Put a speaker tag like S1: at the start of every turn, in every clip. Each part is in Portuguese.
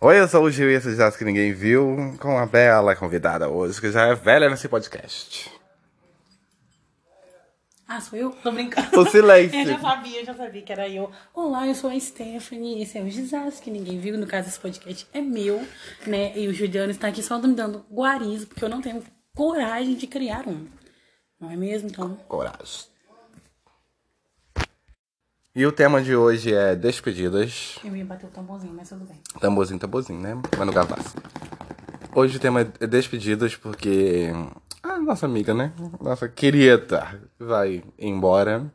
S1: Oi, eu sou o Gil e esse jazz que ninguém viu, com a bela convidada hoje, que já é velha nesse podcast.
S2: Ah, sou eu? Tô brincando.
S1: Tô silêncio.
S2: eu já sabia, eu já sabia que era eu. Olá, eu sou a Stephanie, esse é o Gisás, que ninguém viu, no caso esse podcast é meu, né? E o Juliano está aqui só me dando guarizo, porque eu não tenho coragem de criar um. Não é mesmo? Então,
S1: Coragem. E o tema de hoje é despedidas.
S2: eu ia bater o tamborzinho, mas tudo bem.
S1: Tamborzinho, tamborzinho, né? Mano Gavassi. Hoje o tema é despedidas porque a nossa amiga, né? Nossa querida vai embora.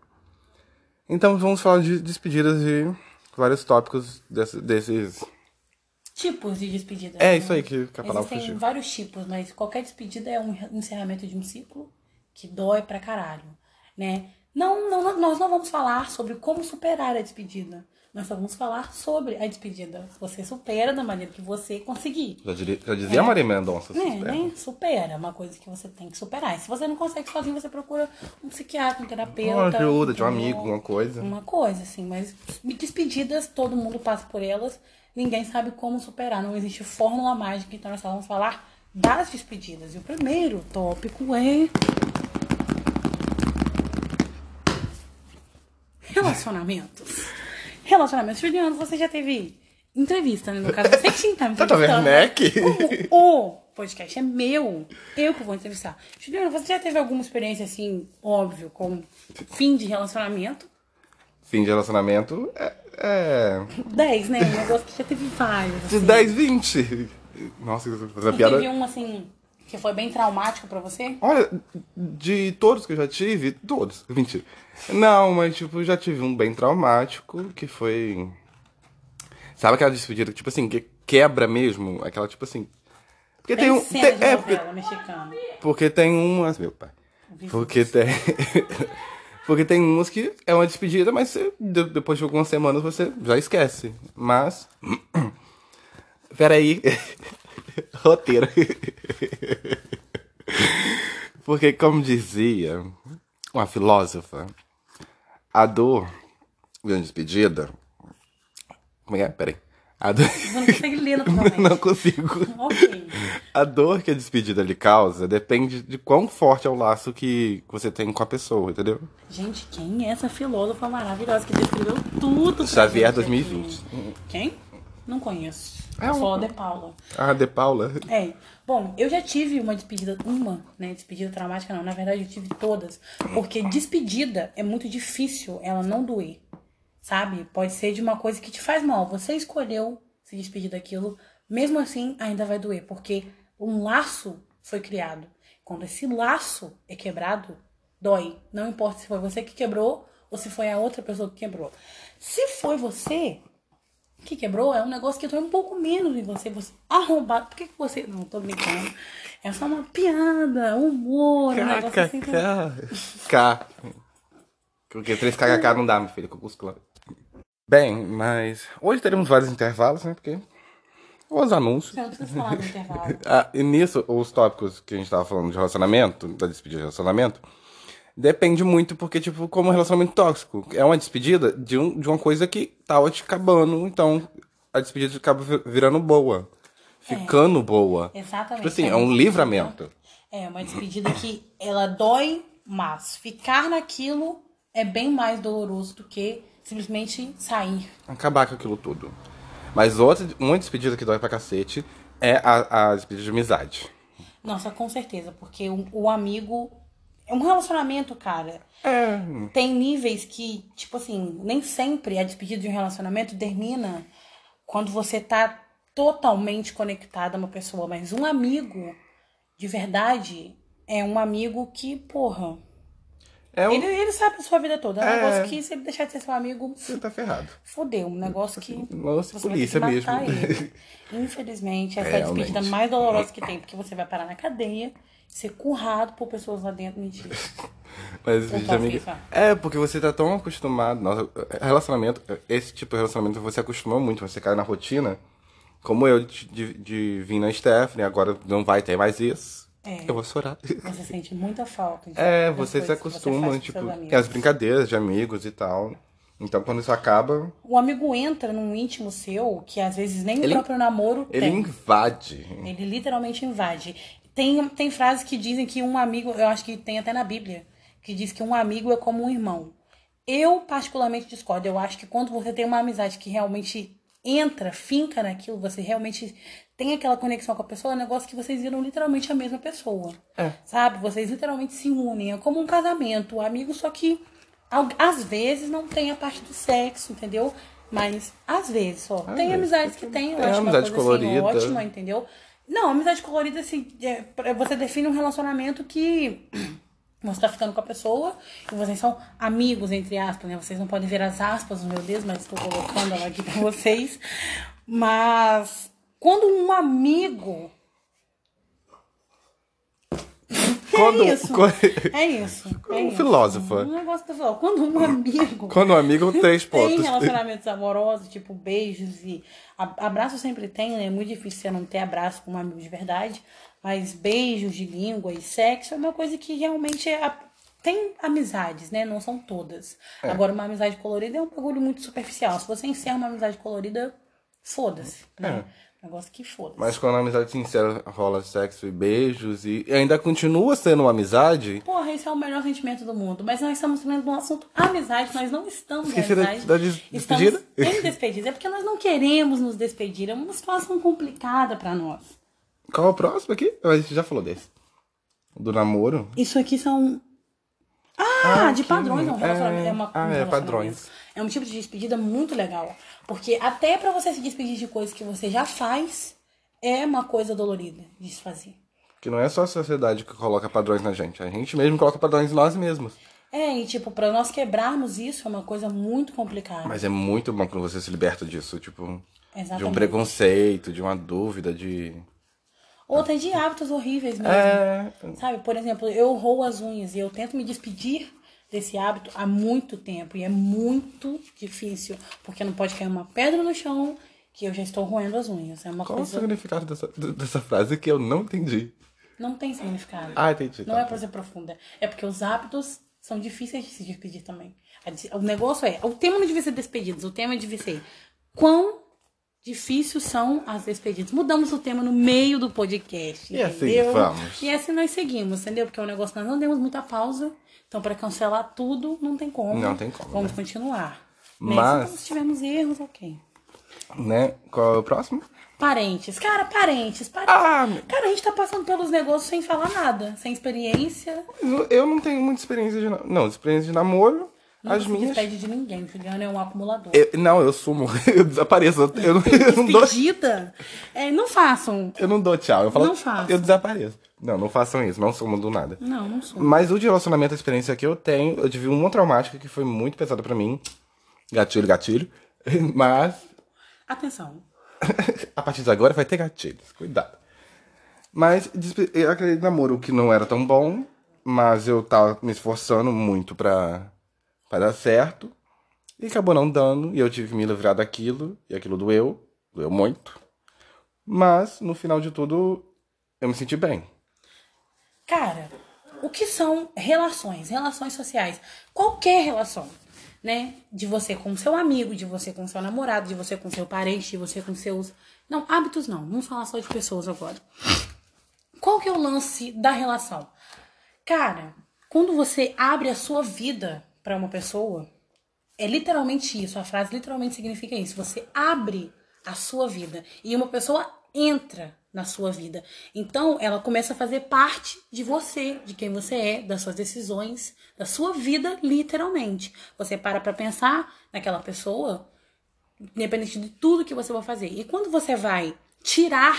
S1: Então vamos falar de despedidas e vários tópicos desse- desses.
S2: Tipos de despedida.
S1: É
S2: né?
S1: isso aí que, que a palavra
S2: Existem
S1: fugiu.
S2: vários tipos, mas qualquer despedida é um encerramento de um ciclo que dói pra caralho, né? Não, não, não- nós não vamos falar sobre como superar a despedida. Nós só vamos falar sobre a despedida. Você supera da maneira que você conseguir.
S1: Já, diria- já dizia a Maria Mendonça.
S2: Né?
S1: super.
S2: Né? Supera. É uma coisa que você tem que superar. E se você não consegue sozinho, você procura um psiquiatra, um terapeuta.
S1: Uma ajuda de um
S2: entendeu?
S1: amigo, alguma coisa.
S2: uma coisa, assim, mas despedidas, todo mundo passa por elas, ninguém sabe como superar, não existe fórmula mágica, então nós só vamos falar das despedidas. E o primeiro tópico é. Relacionamentos. Relacionamentos. Juliano, você já teve entrevista, né? No caso, você que está me
S1: Tata
S2: entrevistando.
S1: Werneck.
S2: Como o podcast é meu, eu que vou entrevistar. Juliano, você já teve alguma experiência, assim, óbvio, com fim de relacionamento?
S1: Fim de relacionamento é. é
S2: 10, né? Um negócio que já teve vários.
S1: de
S2: assim.
S1: 10, 20. Nossa, que fazer
S2: E
S1: piada.
S2: Teve um, assim, que foi bem traumático pra você?
S1: Olha, de todos que eu já tive, todos, mentira. Não, mas tipo, já tive um bem traumático que foi. Sabe aquela despedida que, tipo assim, que quebra mesmo? Aquela, tipo assim. Porque tem,
S2: Tem
S1: um.
S2: cena
S1: tem-
S2: de
S1: é, porque,
S2: novela mexicana.
S1: porque tem umas. Meu pai.
S2: Vixe.
S1: Porque tem. porque tem umas que é uma despedida, mas você- de- depois de algumas semanas você já esquece. Mas. Peraí. Roteiro. Porque, como dizia uma filósofa, a dor de uma despedida. Como é que é? Peraí. A dor.
S2: Você não consegue ler naturalmente.
S1: Não consigo.
S2: Ok.
S1: A dor que a despedida lhe causa depende de quão forte é o laço que você tem com a pessoa, entendeu?
S2: Gente, quem é essa filósofa maravilhosa que descreveu tudo? pra
S1: Xavier
S2: gente aqui?
S1: 2020.
S2: Quem? Não conheço.
S1: É um-
S2: Só a de Paula.
S1: Ah, De Paula.
S2: É. Bom, eu já tive uma despedida, uma, né? Despedida traumática, não. Na verdade, eu tive todas. Porque despedida é muito difícil ela não doer. Sabe? Pode ser de uma coisa que te faz mal. Você escolheu se despedir daquilo, mesmo assim ainda vai doer, porque um laço foi criado. Quando esse laço é quebrado, dói. Não importa se foi você que quebrou ou se foi a outra pessoa que quebrou. Se foi você, que quebrou é um negócio que dói um pouco menos em você. Você arrombado. Por que, que você. Não, tô brincando. É só uma piada, humor, um negócio assim. que-
S1: K. Porque 3KKK não dá, meu filho, com cuscula. Bem, mas hoje teremos vários intervalos, né? Porque. Os anúncios.
S2: Eu não preciso falar do intervalo.
S1: Ah, e nisso, os tópicos que a gente tava falando de relacionamento, da despedida de relacionamento, depende muito, porque, tipo, como um relacionamento tóxico, é uma despedida de, um, de uma coisa que tava te acabando, então a despedida acaba vi- virando boa.
S2: É.
S1: Ficando boa.
S2: Exatamente.
S1: Tipo assim, é um livramento.
S2: É, uma despedida que ela dói, mas ficar naquilo é bem mais doloroso do que simplesmente sair.
S1: Acabar com aquilo tudo. Mas outra, uma despedida que dói pra cacete é a, a despedida de amizade.
S2: Nossa, com certeza, porque o, o amigo. É um relacionamento, cara.
S1: É.
S2: Tem níveis que, tipo assim, nem sempre a despedida de um relacionamento termina quando você tá totalmente conectado a uma pessoa. Mas um amigo de verdade é um amigo que, porra,
S1: É
S2: ele,
S1: um.
S2: ele sabe a sua vida toda. É um
S1: É.
S2: negócio que se ele deixar de ser seu amigo,
S1: Você tá ferrado.
S2: fodeu. Um negócio que.
S1: Nossa,
S2: você vai
S1: polícia
S2: ter que matar
S1: mesmo.
S2: ele. Infelizmente, essa é,
S1: É,
S2: a despedida
S1: realmente.
S2: mais dolorosa que tem, porque você vai parar na cadeia, ser currado por pessoas lá dentro. Mentira.
S1: Mas
S2: Eu
S1: vídeo de
S2: posso
S1: amiga-
S2: pensar.
S1: É, porque você tá tão acostumado. Nossa, relacionamento, esse tipo de relacionamento você acostuma muito, você cai na rotina. Como eu de, de, de vir na Stephanie, agora não vai ter mais isso.
S2: É.
S1: Eu vou chorar.
S2: Você sente muita falta. de-
S1: É,
S2: das
S1: você se
S2: coisas que
S1: acostuma,
S2: faz com
S1: tipo,
S2: seus
S1: as
S2: amigos.
S1: brincadeiras de amigos e tal. Então quando isso acaba,
S2: O amigo entra num íntimo seu que às vezes nem
S1: Ele-
S2: o próprio namoro
S1: ele
S2: tem.
S1: invade.
S2: Ele literalmente invade. Tem, tem frases que dizem que um amigo, eu acho que tem até na Bíblia, que diz que um amigo é como um irmão. Eu particularmente discordo. Eu acho que quando você tem uma amizade que realmente entra, finca naquilo, você realmente tem aquela conexão com a pessoa, é um negócio que vocês viram literalmente a mesma pessoa.
S1: É.
S2: Sabe? Vocês literalmente se unem. É como um casamento, amigo, só que al- às vezes não tem a parte do sexo, entendeu? Mas às vezes só.
S1: Às
S2: tem
S1: vezes.
S2: amizades que tem, eu
S1: Tem
S2: acho uma
S1: amizade
S2: coisa
S1: colorida.
S2: Assim, ótima, entendeu? Não, amizade colorida, assim, é, pra- você define um relacionamento que você tá ficando com a pessoa e vocês são amigos, entre aspas, né? Vocês não podem ver as aspas, meu Deus, mas estou colocando ela aqui pra vocês. Mas quando um amigo.
S1: Quando-
S2: é isso.
S1: quando-
S2: É isso. é
S1: Um
S2: isso.
S1: filósofo.
S2: Um negócio do filósofo. Quando um amigo
S1: Quando um amigo, três
S2: tem
S1: pontos.
S2: relacionamentos amorosos, tipo beijos e a- abraço sempre tem, né? É muito difícil você não ter abraço com um amigo de verdade, mas beijos de língua e sexo é uma coisa que realmente é a- tem amizades, né? Não são todas. Agora, uma amizade colorida é um bagulho muito superficial. Se você encerra uma amizade colorida, foda-se, né? Negócio que foda-se.
S1: É, Mas quando a amizade sincera rola sexo e beijos e ainda continua sendo uma amizade,
S2: Porra, esse é o melhor sentimento do mundo. Mas nós estamos falando de um assunto amizade, nós não estamos
S1: Esqueci
S2: em
S1: da-
S2: amizade.
S1: da des- despedida?
S2: É, Estamos em despedida. É porque nós não queremos nos despedir. É uma situação complicada pra nós.
S1: qual é o próximo aqui? A gente já falou desse. Do namoro.
S2: Isso aqui são. Ah,
S1: Ah,
S2: de
S1: que-
S2: padrões. É, um relacionamento,
S1: é.
S2: é, uma,
S1: Ah, é,
S2: relacionamento.
S1: padrões.
S2: É um tipo de despedida muito legal. Porque até pra você se despedir de coisas que você já faz, é uma coisa dolorida de se fazer.
S1: Que não é só a sociedade que coloca padrões na gente. A gente mesmo coloca padrões em nós mesmos.
S2: É, e tipo, pra nós quebrarmos isso é uma coisa muito complicada.
S1: Mas é muito bom quando você se liberta disso, tipo. De um
S2: Exatamente.
S1: preconceito, de uma dúvida, de.
S2: Ou até de hábitos horríveis mesmo.
S1: É.
S2: Sabe, por exemplo, eu roo as unhas e eu tento me despedir desse hábito há muito tempo. E é muito difícil, porque não pode cair uma pedra no chão que eu já estou roendo as unhas. É uma
S1: Qual o
S2: coisa.
S1: significado dessa, d- dessa frase que eu não entendi?
S2: Não tem significado.
S1: Ah, entendi.
S2: não
S1: tá.
S2: é pra ser profunda. É porque os hábitos são difíceis de se despedir também. A des- O negócio é. O tema não devia ser despedidos, o tema devia ser quão difíceis são as despedidas. Mudamos o tema no meio do podcast.
S1: E assim
S2: entendeu?
S1: vamos.
S2: E assim nós seguimos, entendeu? Porque é um negócio que nós não demos muita pausa. Então, pra cancelar tudo, não tem como.
S1: Não tem como, né?
S2: Vamos continuar.
S1: Mas-
S2: Mesmo se tivermos erros, ok.
S1: Né? Qual é o próximo?
S2: Parentes, cara, parentes, parentes.
S1: Ah, meu-
S2: Cara, a gente tá passando pelos negócios sem falar nada, sem experiência.
S1: eu não tenho muita experiência de. na- Não, experiência de namoro.
S2: Nunca
S1: as
S2: se
S1: minhas.
S2: despede de ninguém. O Juliano é um acumulador.
S1: Eu- não, eu sumo. Eu desapareço. Eu, eu não- eu não dou,
S2: Despedida? É, não façam.
S1: eu não dou tchau. Eu falo,
S2: Não faça.
S1: Eu desapareço. Não, não façam isso. Não sumo do nada.
S2: Não, não sou.
S1: Mas o de relacionamento, a experiência que eu tenho, eu tive uma traumática que foi muito pesada pra mim. Gatilho, gatilho. Mas
S2: Atenção.
S1: a partir de agora vai ter gatilhos, cuidado. Mas despe- eu aquele namoro que não era tão bom, mas eu tava me esforçando muito pra, pra dar certo. E acabou não dando, e eu tive que me livrar daquilo, e aquilo doeu, doeu muito. Mas, no final de tudo, eu me senti bem.
S2: Cara, o que são relações, relações sociais? Qualquer relação, né? De você com seu amigo, de você com seu namorado, de você com seu parente, de você com seus. Não, hábitos não. Vamos falar só de pessoas agora. Qual que é o lance da relação? Cara, quando você abre a sua vida pra uma pessoa, é literalmente isso. A frase literalmente significa isso. Você abre a sua vida e uma pessoa entra na sua vida. Então, ela começa a fazer parte de você, de quem você é, das suas decisões, da sua vida, literalmente. Você para pra pensar naquela pessoa, independente de tudo que você vai fazer. E quando você vai tirar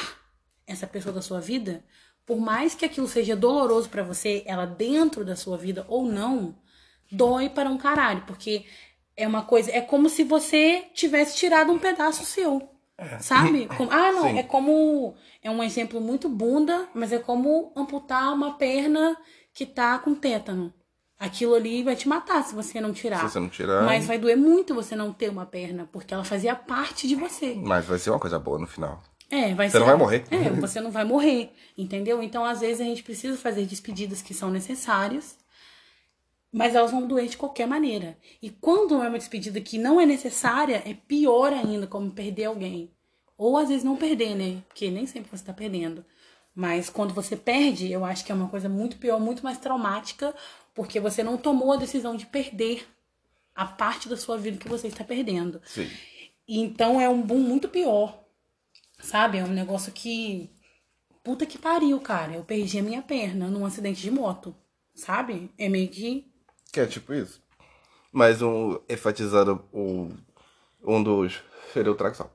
S2: essa pessoa da sua vida, por mais que aquilo seja doloroso pra você, ela dentro da sua vida ou não, dói para um caralho, porque é uma coisa, é como se você tivesse tirado um pedaço seu. Sabe? Com- ah, não,
S1: É. Sim.
S2: é como é um exemplo muito bunda, mas é como amputar uma perna que tá com tétano. Aquilo ali vai te matar se você não tirar.
S1: Se você não tirar.
S2: Tá. Mas vai doer muito você não ter uma perna, porque ela fazia parte de você.
S1: Mas vai ser uma coisa boa no final.
S2: É, vai
S1: Você
S2: ser-
S1: não vai morrer.
S2: É, você não vai morrer, entendeu? Então, às vezes, a gente precisa fazer despedidas que são necessárias Mas elas vão doer de qualquer maneira. E quando é uma despedida que não é necessária, é pior ainda, como perder alguém. Ou às vezes não perder, né? Porque nem sempre você tá perdendo. Mas quando você perde, eu acho que é uma coisa muito pior, muito mais traumática, porque você não tomou a decisão de perder a parte da sua vida que você está perdendo.
S1: Sim.
S2: Então é um boom muito pior. Sabe? É um negócio que. Puta que pariu, cara. Eu perdi a minha perna num acidente de moto. Sabe? É meio que.
S1: Que é tipo isso. Mas um enfatizando o, um dos feriutraxal.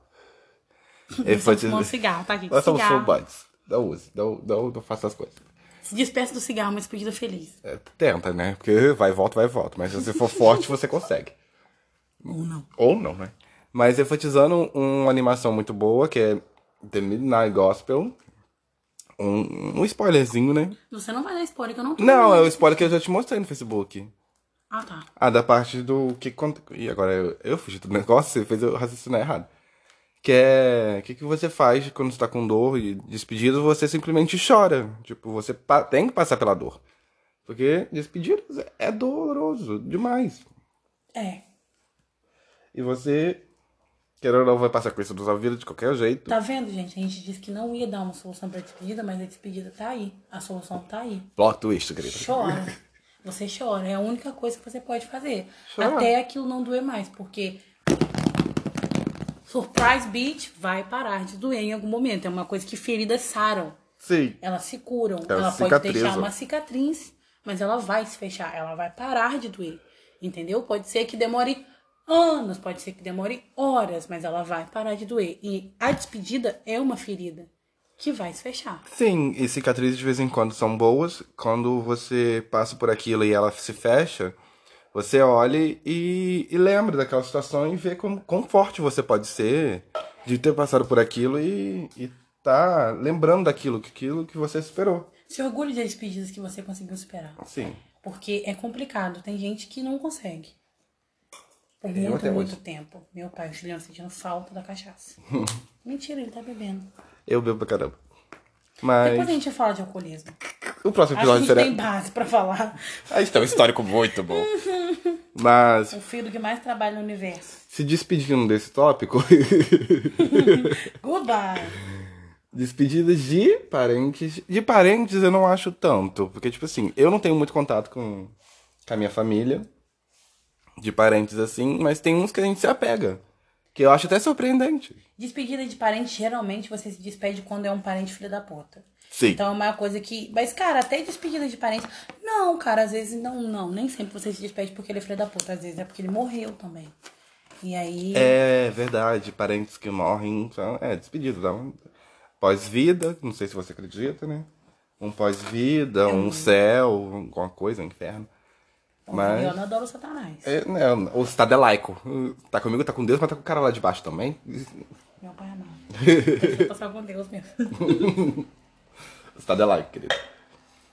S2: Fumar um
S1: Enfatizando.
S2: cigarro, tá, gente?
S1: Nós somos
S2: Cigarro.
S1: soulbites. Não use, não, não, não faça as coisas.
S2: Se despeça do cigarro, mas despedida feliz.
S1: É, tenta, né? Porque vai e volta, vai e volta. Mas se você for forte, você consegue.
S2: Ou não.
S1: Ou não, né? Mas enfatizando um, uma animação muito boa, que é The Midnight Gospel. Um, um spoilerzinho, né?
S2: Você não vai dar spoiler que eu não tô.
S1: Não, é o spoiler que eu já te mostrei no Facebook.
S2: Ah, tá.
S1: Ah, da parte do que conta. Ih, agora eu, eu fugi do negócio, você fez eu raciocinar errado. Que é. O que, que você faz quando você tá com dor e despedido? Você simplesmente chora. Tipo, você pa- tem que passar pela dor. Porque despedidos é- é doloroso demais.
S2: É.
S1: E você, querendo ou não, vai passar com isso da sua vida de qualquer jeito.
S2: Tá vendo, gente? A gente disse que não ia dar uma solução pra despedida, mas a despedida tá aí. A solução tá aí.
S1: Plot twist, querida.
S2: Chora. Você chora. É a única coisa que você pode fazer.
S1: Chorar.
S2: Até aquilo não doer mais, porque. Surprise Beach vai parar de doer em algum momento. É uma coisa que feridas saram.
S1: Sim.
S2: Elas se curam.
S1: Elas
S2: ela pode
S1: cicatrizam.
S2: deixar uma cicatriz, mas ela vai se fechar, ela vai parar de doer. Entendeu? Pode ser que demore anos, pode ser que demore horas, mas ela vai parar de doer. E a despedida é uma ferida que vai se fechar.
S1: Sim, e cicatrizes de vez em quando são boas. Quando você passa por aquilo e ela se fecha, você olha e, e lembra daquela situação e vê como, quão forte você pode ser de ter passado por aquilo e, e tá lembrando daquilo, que- aquilo que você superou.
S2: Se orgulhe das despedidas que você conseguiu superar.
S1: Sim.
S2: Porque é complicado, tem gente que não consegue. Por
S1: Eu
S2: muito,
S1: até
S2: muito
S1: hoje.
S2: tempo. Meu pai, o Juliano sentindo falta da cachaça. Mentira, ele tá bebendo.
S1: Eu bebo pra caramba.
S2: Depois a
S1: Mas
S2: gente vai falar de alcoolismo.
S1: o próximo
S2: Acho que a
S1: episódio
S2: gente
S1: será.
S2: tem base pra falar.
S1: Ah, isso é um histórico muito bom. Mas
S2: O filho que mais trabalha no universo.
S1: se despedindo desse tópico,
S2: Goodbye.
S1: Despedidas de parentes. De parentes eu não acho tanto. Porque, tipo assim, eu não tenho muito contato com, com a minha família. De parentes assim, mas tem uns que a gente se apega. Que eu acho até surpreendente.
S2: Despedida de parente, geralmente você se despede quando é um parente filho da puta.
S1: Sim.
S2: Então é uma coisa que. Mas, cara, até despedida de parente. Não, cara, às vezes não, não. Nem sempre você se despede porque ele é filho da puta. Às vezes é porque ele morreu também. E aí.
S1: É verdade, parentes que morrem. são- É, despedida. Dá um pós-vida, não sei se você acredita, né? Um pós-vida, um céu, alguma coisa, um inferno.
S2: Bom,
S1: mas-
S2: Eu não adoro o Satanás.
S1: É, né, ou se tá delaico. Tá comigo, tá com Deus, mas tá com o cara lá de baixo também.
S2: Meu pai não. Deixa eu passar com Deus mesmo.
S1: Está tá de like, querido.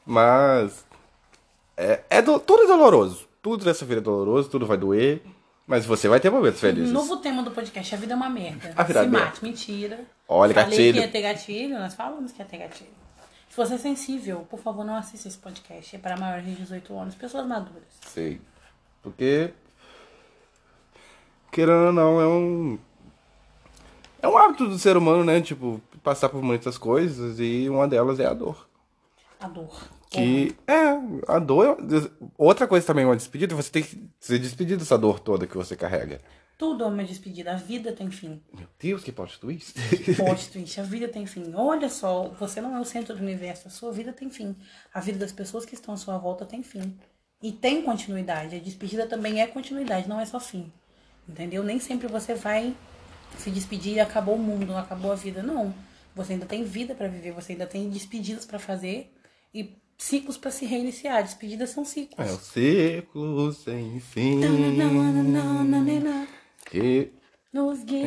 S1: Mas. É, é do- tudo é doloroso. Tudo nessa vida é doloroso, tudo vai doer. Mas você vai ter momentos felizes.
S2: Novo tema do podcast: A vida é uma merda.
S1: A vida é
S2: Se
S1: uma
S2: mate, mentira.
S1: Olha,
S2: Falei
S1: gatilho.
S2: que ia ter gatilho, nós falamos que ia ter gatilho. Se você é sensível, por favor, não assista esse podcast. É para maiores de 18 anos, pessoas maduras.
S1: Sei. Porque. Querendo ou não, é um. É um hábito do ser humano, né? Tipo, passar por muitas coisas e uma delas é a dor.
S2: A dor.
S1: Que é, a dor. é- Outra coisa também, uma despedida, você tem que se despedir dessa dor toda que você carrega.
S2: Tudo é uma despedida. A vida tem fim.
S1: Meu Deus, que plot twist.
S2: Post twist. A vida tem fim. Olha só, você não é o centro do universo. A sua vida tem fim. A vida das pessoas que estão à sua volta tem fim. E tem continuidade. A despedida também é continuidade, não é só fim. Entendeu? Nem sempre você vai se despedir e acabou o mundo, acabou a vida. Não. Você ainda tem vida pra viver, você ainda tem despedidas pra fazer e ciclos pra se reiniciar. Despedidas são
S1: É o
S2: ciclos.
S1: ciclo sem fim.
S2: Tananana,
S1: Que
S2: Nos guiará.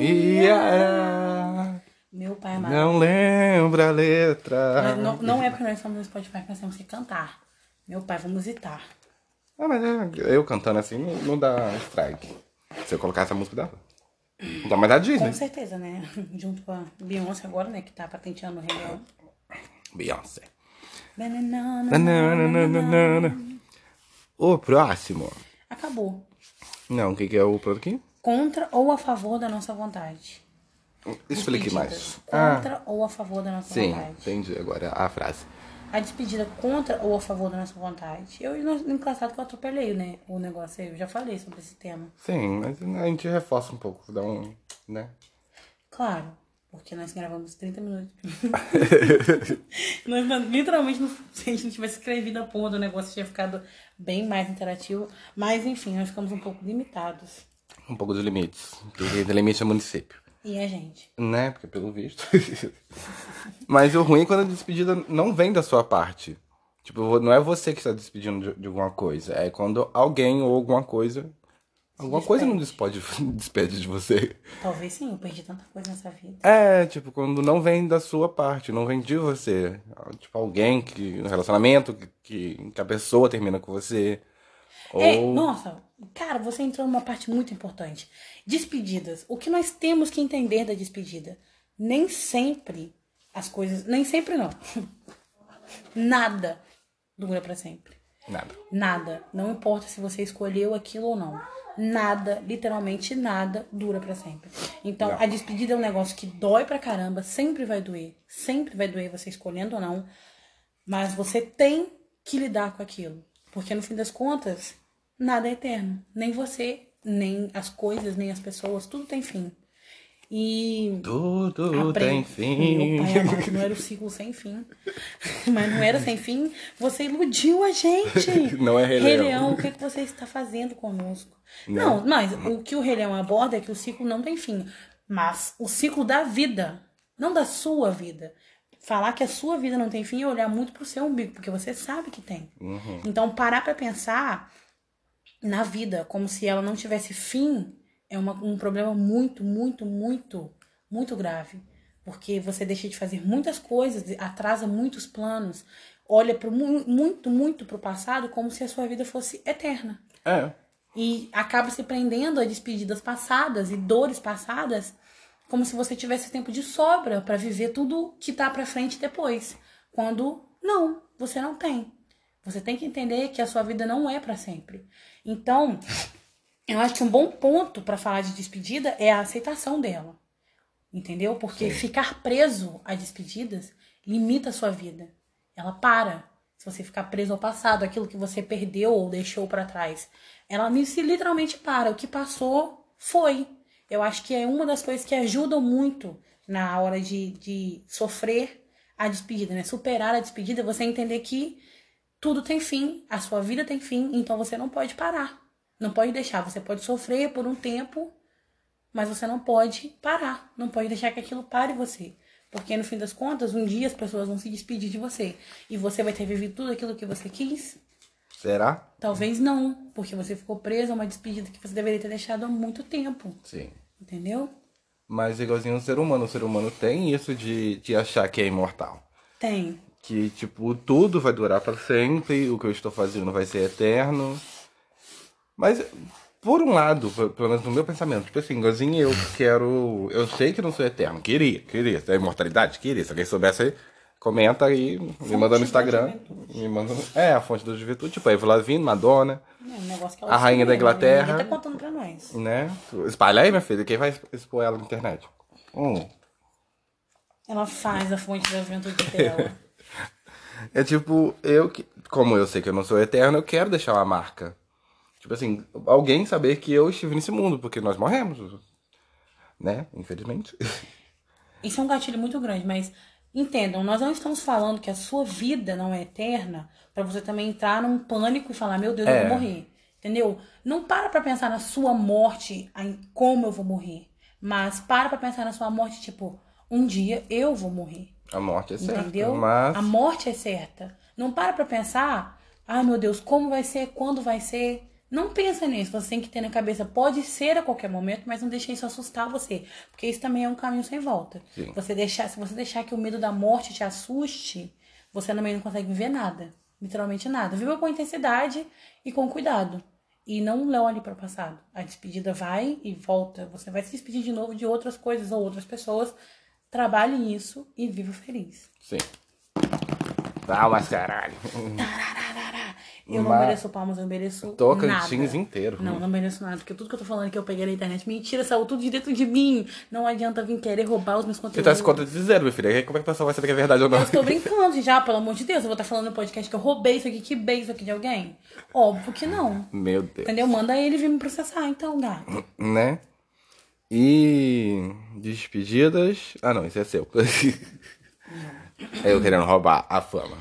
S1: guiará.
S2: Meu pai amado.
S1: Não lembra a letra.
S2: Mas Não, não é porque nós estamos no Spotify que nós temos que cantar. Meu pai, vamos itar.
S1: Ah, mas é, eu cantando assim não, não dá strike. Se eu colocar essa música, dá. Não dá mais da Disney.
S2: Com certeza, né? Junto com a Beyoncé agora, né? Que tá patenteando o Rei Leão.
S1: Beyoncé.
S2: Nananana.
S1: Nananana. O próximo.
S2: Acabou.
S1: Não, o que, que é o pronto aqui?
S2: Contra ou a favor da nossa vontade.
S1: Explique
S2: Despedidas.
S1: mais. Ah,
S2: Contra ou a favor da nossa
S1: Sim,
S2: vontade.
S1: entendi agora a frase.
S2: A despedida contra ou a favor da nossa vontade. Eu, no- engraçado que eu atropelei né, o negócio aí. Eu já falei sobre esse tema.
S1: Sim, mas a gente reforça um pouco, dá um. né?
S2: Claro, porque nós gravamos 30 minutos. nós, nós, literalmente, não- se a gente não tivesse escrevido a porra do negócio, tinha ficado bem mais interativo. Mas, enfim, nós ficamos um pouco limitados.
S1: Um pouco dos limites. Porque o limite é município.
S2: E a gente?
S1: Né? Porque pelo visto. Mas o ruim é quando a despedida não vem da sua parte. Tipo, não é você que está despedindo de, de alguma coisa. É quando alguém ou alguma coisa. Alguma coisa não despede, despede de você.
S2: Talvez sim, eu perdi tanta coisa nessa vida.
S1: É, tipo, quando não vem da sua parte, não vem de você. Tipo, alguém que. Um relacionamento que, que, que a pessoa termina com você. Ou.
S2: É, nossa, cara, você entrou numa parte muito importante. Despedidas. O que nós temos que entender da despedida? Nem sempre as coisas. Nem sempre não. Nada dura pra sempre.
S1: Nada.
S2: Nada. Não importa se você escolheu aquilo ou não. Nada, literalmente nada, dura pra sempre. Então,
S1: Não.
S2: a despedida é um negócio que dói pra caramba, sempre vai doer. Sempre vai doer você escolhendo ou não. Mas você tem que lidar com aquilo. Porque no fim das contas, nada é eterno. Nem você, nem as coisas, nem as pessoas, tudo tem fim. E
S1: Tudo tem
S2: Aprende.
S1: fim.
S2: Meu pai amado, não era o ciclo sem fim. Mas não era sem fim. Você iludiu a gente.
S1: Não é Rei
S2: Rei
S1: Leão. Né?
S2: Leão, o que, que você está fazendo conosco? Não. mas o que o Rei Leão aborda é que o ciclo não tem fim. Mas o ciclo da vida, não da sua vida. Falar que a sua vida não tem fim é olhar muito pro seu umbigo, porque você sabe que tem.
S1: Uhum.
S2: Então, parar pra pensar na vida, como se ela não tivesse fim, é uma- um problema muito, muito, muito, muito grave. Porque você deixa de fazer muitas coisas, atrasa muitos planos, olha pro, mu- muito, muito pro passado como se a sua vida fosse eterna.
S1: É.
S2: E acaba se prendendo a despedidas passadas e dores passadas, como se você tivesse tempo de sobra para viver tudo que tá para frente depois. Quando não, você não tem. Você tem que entender que a sua vida não é para sempre. Então, eu acho que um bom ponto para falar de despedida é a aceitação dela. Entendeu? Porque ficar preso a despedidas limita a sua vida. Ela para. Se você ficar preso ao passado, aquilo que você perdeu ou deixou pra trás, ela li- se literalmente para. O que passou foi. Eu acho que é uma das coisas que ajudam muito na hora de, de sofrer a despedida, né? Superar a despedida, você entender que tudo tem fim, a sua vida tem fim, então você não pode parar. Não pode deixar. Você pode sofrer por um tempo, mas você não pode parar, não pode deixar que aquilo pare você. Porque no fim das contas, um dia as pessoas vão se despedir de você. E você vai ter vivido tudo aquilo que você quis?
S1: Será?
S2: Talvez não, porque você ficou preso a uma despedida que você deveria ter deixado há muito tempo.
S1: Sim.
S2: Entendeu?
S1: Mas igualzinho o ser humano. O ser humano tem isso de, de achar que é imortal.
S2: Tem.
S1: Que, tipo, tudo vai durar pra sempre, o que eu estou fazendo vai ser eterno. Mas, por um lado, pe- pelo menos no meu pensamento, tipo assim, igualzinho eu quero. Eu sei que não sou eterno. Queria, queria. É imortalidade? Queria. Se alguém soubesse aí, comenta aí, me manda no
S2: da
S1: Instagram. Me manda no... É, a fonte da juventude, tipo, a Eva Lavigne, Madonna.
S2: É um negócio que
S1: A rainha da
S2: escolheu, né?
S1: Inglaterra.
S2: Ninguém tá contando pra nós.
S1: Né? Espalha aí, minha filha. Quem vai expor ela na internet? Hum.
S2: Ela faz a fonte da juventude dela.
S1: É tipo, eu que. Como eu sei que eu não sou eterno, eu quero deixar uma marca. Tipo assim, alguém saber que eu estive nesse mundo, porque nós morremos. Né? Infelizmente.
S2: Isso é um gatilho muito grande, mas entendam, nós não estamos falando que a sua vida não é eterna pra você também entrar num pânico e falar, meu Deus,
S1: É.
S2: eu vou morrer. Entendeu? Não para pra pensar na sua morte, em como eu vou morrer. Mas para pra pensar na sua morte, tipo, um dia eu vou morrer.
S1: A morte é certa.
S2: Entendeu?
S1: Mas.
S2: A morte é certa. Não para pra pensar, ai meu Deus, como vai ser, quando vai ser. Não pensa nisso, você tem que ter na cabeça, pode ser a qualquer momento, mas não deixe isso assustar você, porque isso também é um caminho sem volta.
S1: Sim.
S2: Você deixar, se você deixar que o medo da morte te assuste, você também não consegue viver nada, literalmente nada. Viva com intensidade e com cuidado. E não olhe para o passado. A despedida vai e volta. Você vai se despedir de novo de outras coisas ou outras pessoas. Trabalhe isso e viva feliz.
S1: Ah, Sim. Dá umas caralho.
S2: Eu não
S1: Mas-
S2: mereço palmas, eu mereço
S1: Tocantins
S2: nada.
S1: inteiro.
S2: Não, não mereço nada, porque tudo que eu tô falando que eu peguei na internet, mentira, saiu tudo de dentro de mim. Não adianta vir querer roubar os meus
S1: Você
S2: conteúdos.
S1: tá se contando de zero, meu filho. Aí Como é que a pessoa vai saber que é verdade ou não?
S2: Eu estou brincando já, pelo amor de Deus. Eu vou estar falando no podcast que eu roubei isso aqui, que bem isso aqui de alguém. Óbvio que não.
S1: Meu Deus.
S2: Entendeu? Manda ele vir me processar, então, gato.
S1: Né? E despedidas. Ah, não, isso é seu. É Eu querendo roubar a fama.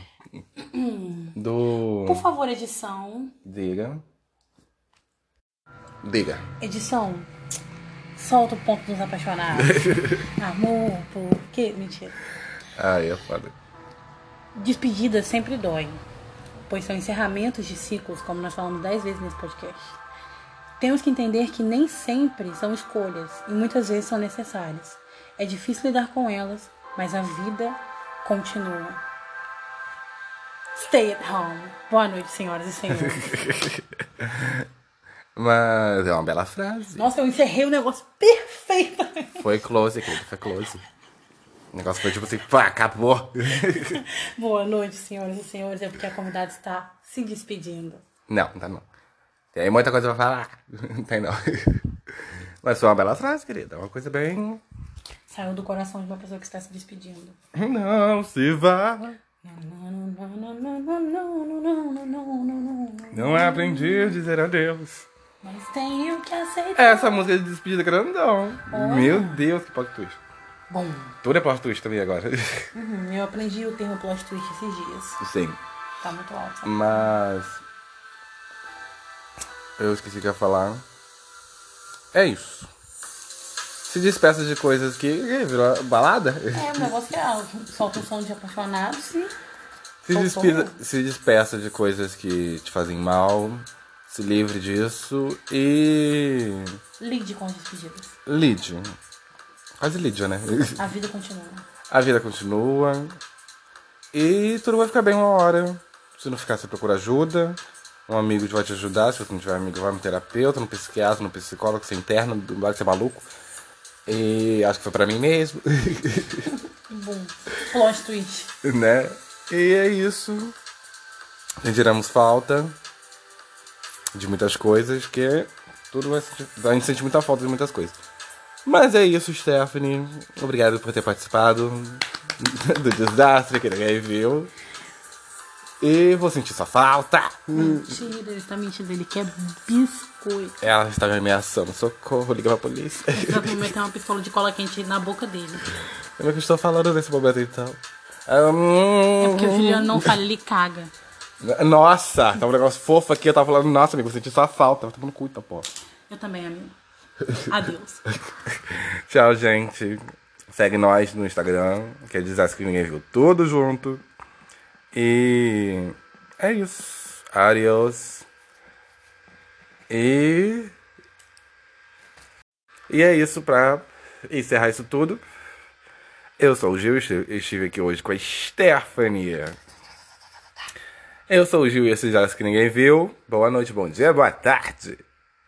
S1: Do.
S2: Por favor, edição.
S1: Diga. Diga.
S2: Edição. Solta o ponto dos apaixonados. Amor, por quê? Mentira.
S1: Ai, é foda.
S2: Despedidas sempre doem, pois são encerramentos de ciclos, como nós falamos dez vezes nesse podcast. Temos que entender que nem sempre são escolhas e muitas vezes são necessárias. É difícil lidar com elas, mas a vida continua. Stay at home. Boa noite, senhoras e senhores.
S1: Mas é uma bela frase.
S2: Nossa, eu encerrei o negócio perfeito.
S1: Foi close, querido, foi close. O negócio foi tipo assim, pá, acabou.
S2: Boa noite, senhoras e senhores. É porque a convidada está se despedindo.
S1: Não, não tá não. Tem muita coisa pra falar. Não tem não. Mas foi uma bela frase, querida. Uma coisa bem.
S2: Saiu do coração de uma pessoa que está se despedindo.
S1: Não se vá. Não é aprendi a dizer adeus.
S2: Mas tenho que aceitar.
S1: Essa música de despedida grandão. Ah. Meu Deus, que plot twist.
S2: Bom,
S1: Tudo é plot twist também agora.
S2: uhum, eu aprendi o termo plot twist esses dias.
S1: Sim.
S2: Tá muito alto.
S1: Mas. Eu esqueci o que eu ia falar. É isso. Se despeça de coisas que. Ih, Virou balada?
S2: É, o negócio é alto. Solta o som de apaixonados e
S1: Se,
S2: Tô
S1: despida, se despeça de coisas que te fazem mal. Se livre disso e.
S2: lide com as despedidas.
S1: Lide. Quase Lídia, né?
S2: A vida continua.
S1: A vida continua. E tudo vai ficar bem uma hora. Se não ficar, você procura ajuda. Um amigo vai te ajudar. Se você não tiver amigo, vai no terapeuta, no psiquiatra, no psicólogo, você interna, do lado que você é maluco. E acho que foi pra mim mesmo,
S2: Bom, plot twist.
S1: né? E é isso. Sentiremos falta de muitas coisas, que tudo vai sentir, a gente sente muita falta de muitas coisas. Mas é isso, Stephanie. Obrigado por ter participado do desastre que ninguém viu. E vou sentir sua falta.
S2: Mentira, ele está Tá mentindo. Ele quer biscoito.
S1: Ela está me ameaçando. Socorro, liga pra polícia.
S2: Ele vai meter uma pistola de cola quente na boca dele.
S1: Como é que eu estou falando nesse momento, então? Ahn,
S2: É porque o Juliano não fala, ele caga.
S1: Nossa, tá um negócio fofo aqui. Eu tava falando, nossa, amigo, eu senti sua falta. Vai tomar no cu, tá, pô.
S2: Eu também, amigo. Adeus.
S1: Tchau, gente. Segue nós no Instagram, que é Desastre que Ninguém Viu tudo junto. E é isso. Adios. E. E é isso pra encerrar isso tudo. Eu sou o Gil e estive aqui hoje com a Stephanie. Eu sou o Gil e esse Desastre que Ninguém Viu. Boa noite, bom dia, boa tarde.